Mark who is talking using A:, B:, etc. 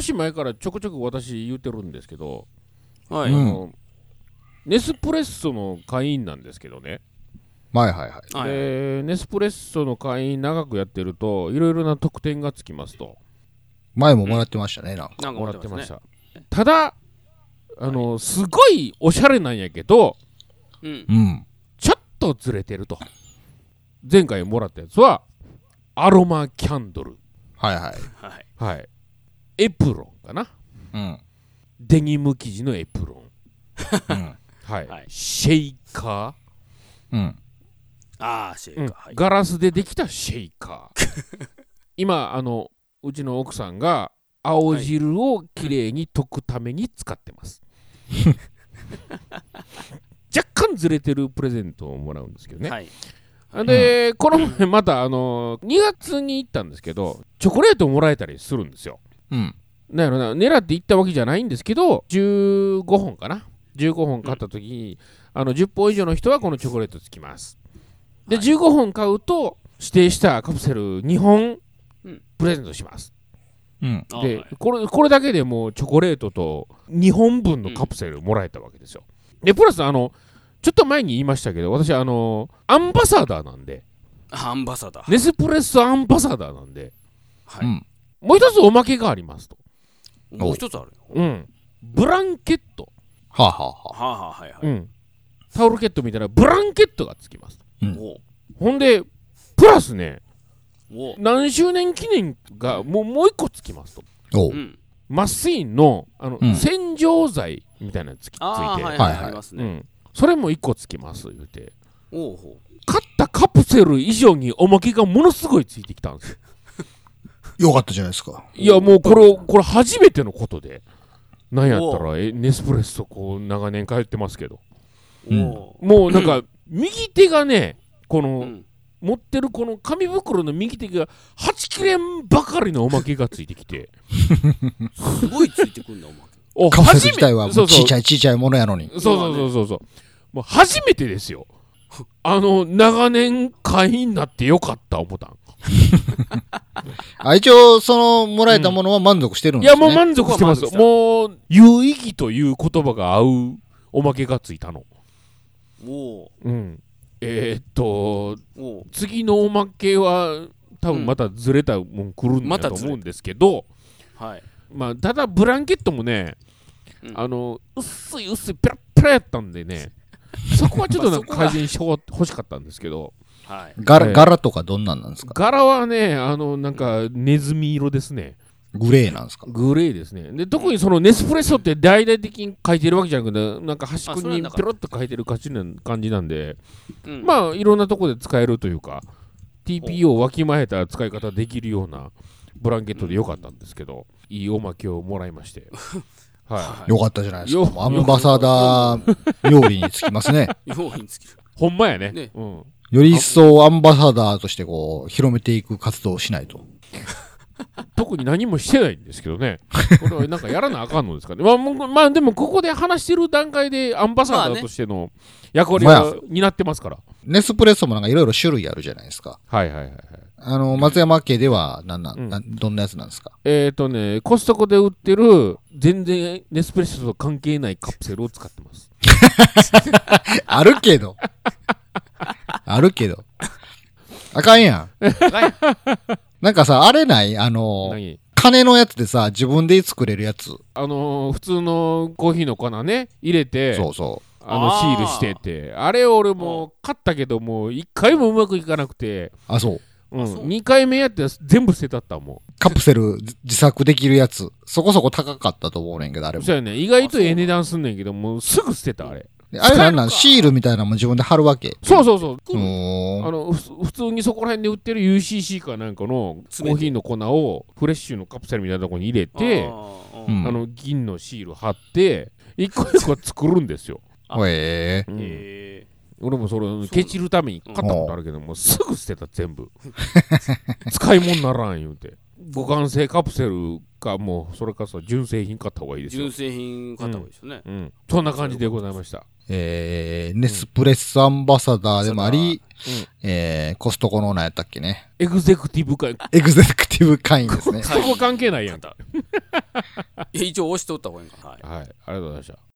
A: し前からちょくちょく私言ってるんですけど、
B: は
A: あ
B: い。
C: うん
A: のネスプレッソの会員なんですけどね、
C: はいはいはい。
B: はい。
A: でネスプレッソの会員長くやってるといろいろな特典がつきますと
C: 前ももらってましたね、なんか。
B: なんか
A: も
B: 持
A: ら
B: っ
A: って
B: て
A: ま
B: ま
A: し
B: すね。
A: たただあの、すごいおしゃれなんやけど
B: うん。
C: うん。
A: ちょっとずれてると前回もらったやつはアロマキャンドル
C: はいはい。
B: はい。
A: はいエプロンかな
C: うん。
A: デニム生地のエプロン
C: うん。
A: はい、
B: はい
A: シェイカ
C: うん。
B: ああ、シ
A: ー、う
B: ェイ
A: ん
B: カー。はい。
A: ガラスでできたシェイカー今あのうちの奥さんが青汁をきれいに溶くために使ってます、若干ずれてるプレゼントをもらうんですけどね、
B: はい。
A: で、この前またあの2月に行ったんですけどチョコレートもらえたりするんですよ
C: うん。
A: なんやろな狙って行ったわけじゃないんですけど15本かな15本買った時に、あの10本以上の人はこのチョコレートつきますで、
B: はい
A: 15本買うと指定したカプセル2本
B: うん
A: プレゼントします、
C: うん。
B: あ
A: で、
B: はい
A: これこれだけでもうチョコレートと2本分のカプセルもらえたわけですよ、でプラスあのちょっと前に言いましたけど私あのアンバサダーなんで
B: あアンバサダー。
A: ネスプレッソアンバサダーなんで
B: はい。
A: もう一つおまけがありますと、
B: もう一つあるよ。
A: うん、ブランケット
C: はあ、はあはあ、
B: はあはあ、はいは
A: う
B: い。
A: ん、タオルケットみたいなブランケットがつきます
C: うん
B: おう
A: ほんでプラスね
B: おう。
A: 何周年記念がもうもう一個つきますと
C: おう
B: う。ん。
A: マスインのあの、
C: うん
A: 洗浄剤みたいなのつきついて、
B: ああ、はい
C: は
B: はいい。
C: はい
B: あります
A: う
B: ね。
A: ん、それも一個つきます言うて
B: おうほ
A: 買ったカプセル以上におまけがものすごいついてきたんですよ
C: よかったじゃないですか。
A: いやもうこれをこれ初めてのことでなんやったらえネスプレッソこう長年通ってますけど
B: う。おう。
A: もうな んか右手がねこの、
B: うん。
A: 持ってるこの紙袋の右手がはち切れんばかりのおまけがついてきて
B: すごいついてくんだ、おまけ。
A: お
C: カプセル
A: 初め
C: 自体はも
A: そううそ
C: ち
A: う
C: っちゃいちっちゃいものやのに。
A: そうそうそうそうそうもう初めてですよあの長年会員になってよかった思ったん
C: あ、一応、その、もらえたものは満足してるん
A: い
C: です
A: や
C: ね。
A: もう満足してます
B: そこ
A: もう有意義という言葉が合うおまけがついたの
B: おう。
A: うんえー、っと
B: おう。
A: 次のおまけは多分またずれたもん来るんだ
B: また
A: と
B: ずれ
A: 思うんですけど、
B: はい。
A: まあ、ただブランケットもね、
B: うん
A: あの薄い薄いペラッペラやったん でねそこはちょっとなんか
B: まあそこは
A: 改善してほ欲しかったんですけど
B: はい。
C: 柄、柄とかどんなんなんですか
A: 柄はねあのなんかネズミ色ですね
C: グレーなんですか
A: グレーですねで特にそのネスプレッソって大々的に書いてるわけじゃなくてなんか端っ
B: あ
A: こ
B: それは
A: に
B: なかった
A: ペロッと書いてる感じなん感じなんで
B: うん。
A: まあいろんなとこで使えるというか TPO をわきまえた使い方できるようなブランケットでよかったんですけど、いいおまけをもらいまして はい
B: はい
C: よかったじゃないです
A: よ
C: か。アンバサダー料理につきますね。
B: 用品 つきる。
A: ほんまやね。
B: ね
A: うん。
C: より一層アンバサダーとしてこう、広めていく活動をしないと。
A: 特に何もしてないんですけどね。これはなんかやらなあかんのですかね。まあ、もうまあ、でもここで話してる段階でアンバサダ
B: まあ
A: ー
B: ね
A: としての役割
C: まあ
A: を担ってますから。
C: ネスプレッソもなんかいろいろ種類あるじゃないですか。
A: はいはいはいはい。
C: あの、松山家では、なんな
A: うん
C: ん、なん、どんなやつなんですか
A: えっ、ー、とね、コストコで売ってる全然ネスプレッソと関係ないカプセルを使ってます。
C: あるけど。あるけど。あかんやん。なんかさ、あれないあの、
A: 何
C: 金のやつでさ、自分で作れるやつ。
A: あのー普通のコーヒーの粉ね、入れて、
C: そうそ
A: あの
B: あ
A: シ
B: ー
A: ールしてって、あれ俺もう買ったけど、もう一回もうまくいかなくて、
C: う。あ、そう。
A: う、
B: あそうん
A: 2回目やって全部捨てたったもん。
C: カプセル自自作できるやつ。そこそこ高かったと思うねんけど、あれも
A: そ。うやね意外とええ値段すんねんけどもうすぐ捨てたあれ
C: であれなんなん
B: 使えるか
C: シールみたいなのも自分で貼るわけ。
A: そうそうそう
C: う
A: あ
C: ーん。
A: のふ普通にそこら辺で売ってる UCC かなんかのコーヒーの粉をフレッシュのカプセルみたいなとこに入れてあ
B: あ
C: う
B: ー、
C: ん。
A: の銀のシール貼って一個一個作るんですよ、
C: ほ えー
A: うん
B: え
A: 俺もそれ
B: の
A: ケチるために買ったことあるけどもうすぐ捨てた全 部使い物にならん言うて互換性カプセルかもうそれかさ純正品買った方がいい
B: え。
A: ですよ
B: 純、正品買った方がいいですよね。
A: うん、そんな感じでございました
C: えー、ネスプレッソアンバサダーでもあり、えー、コストコの何やったっけね。
A: エグゼクティブ会
C: エグゼクティブ会員ですね。
A: そこ関係ないやんか
D: 一応押しておった方がいいんか。はい。
B: はい、ありがとうございました。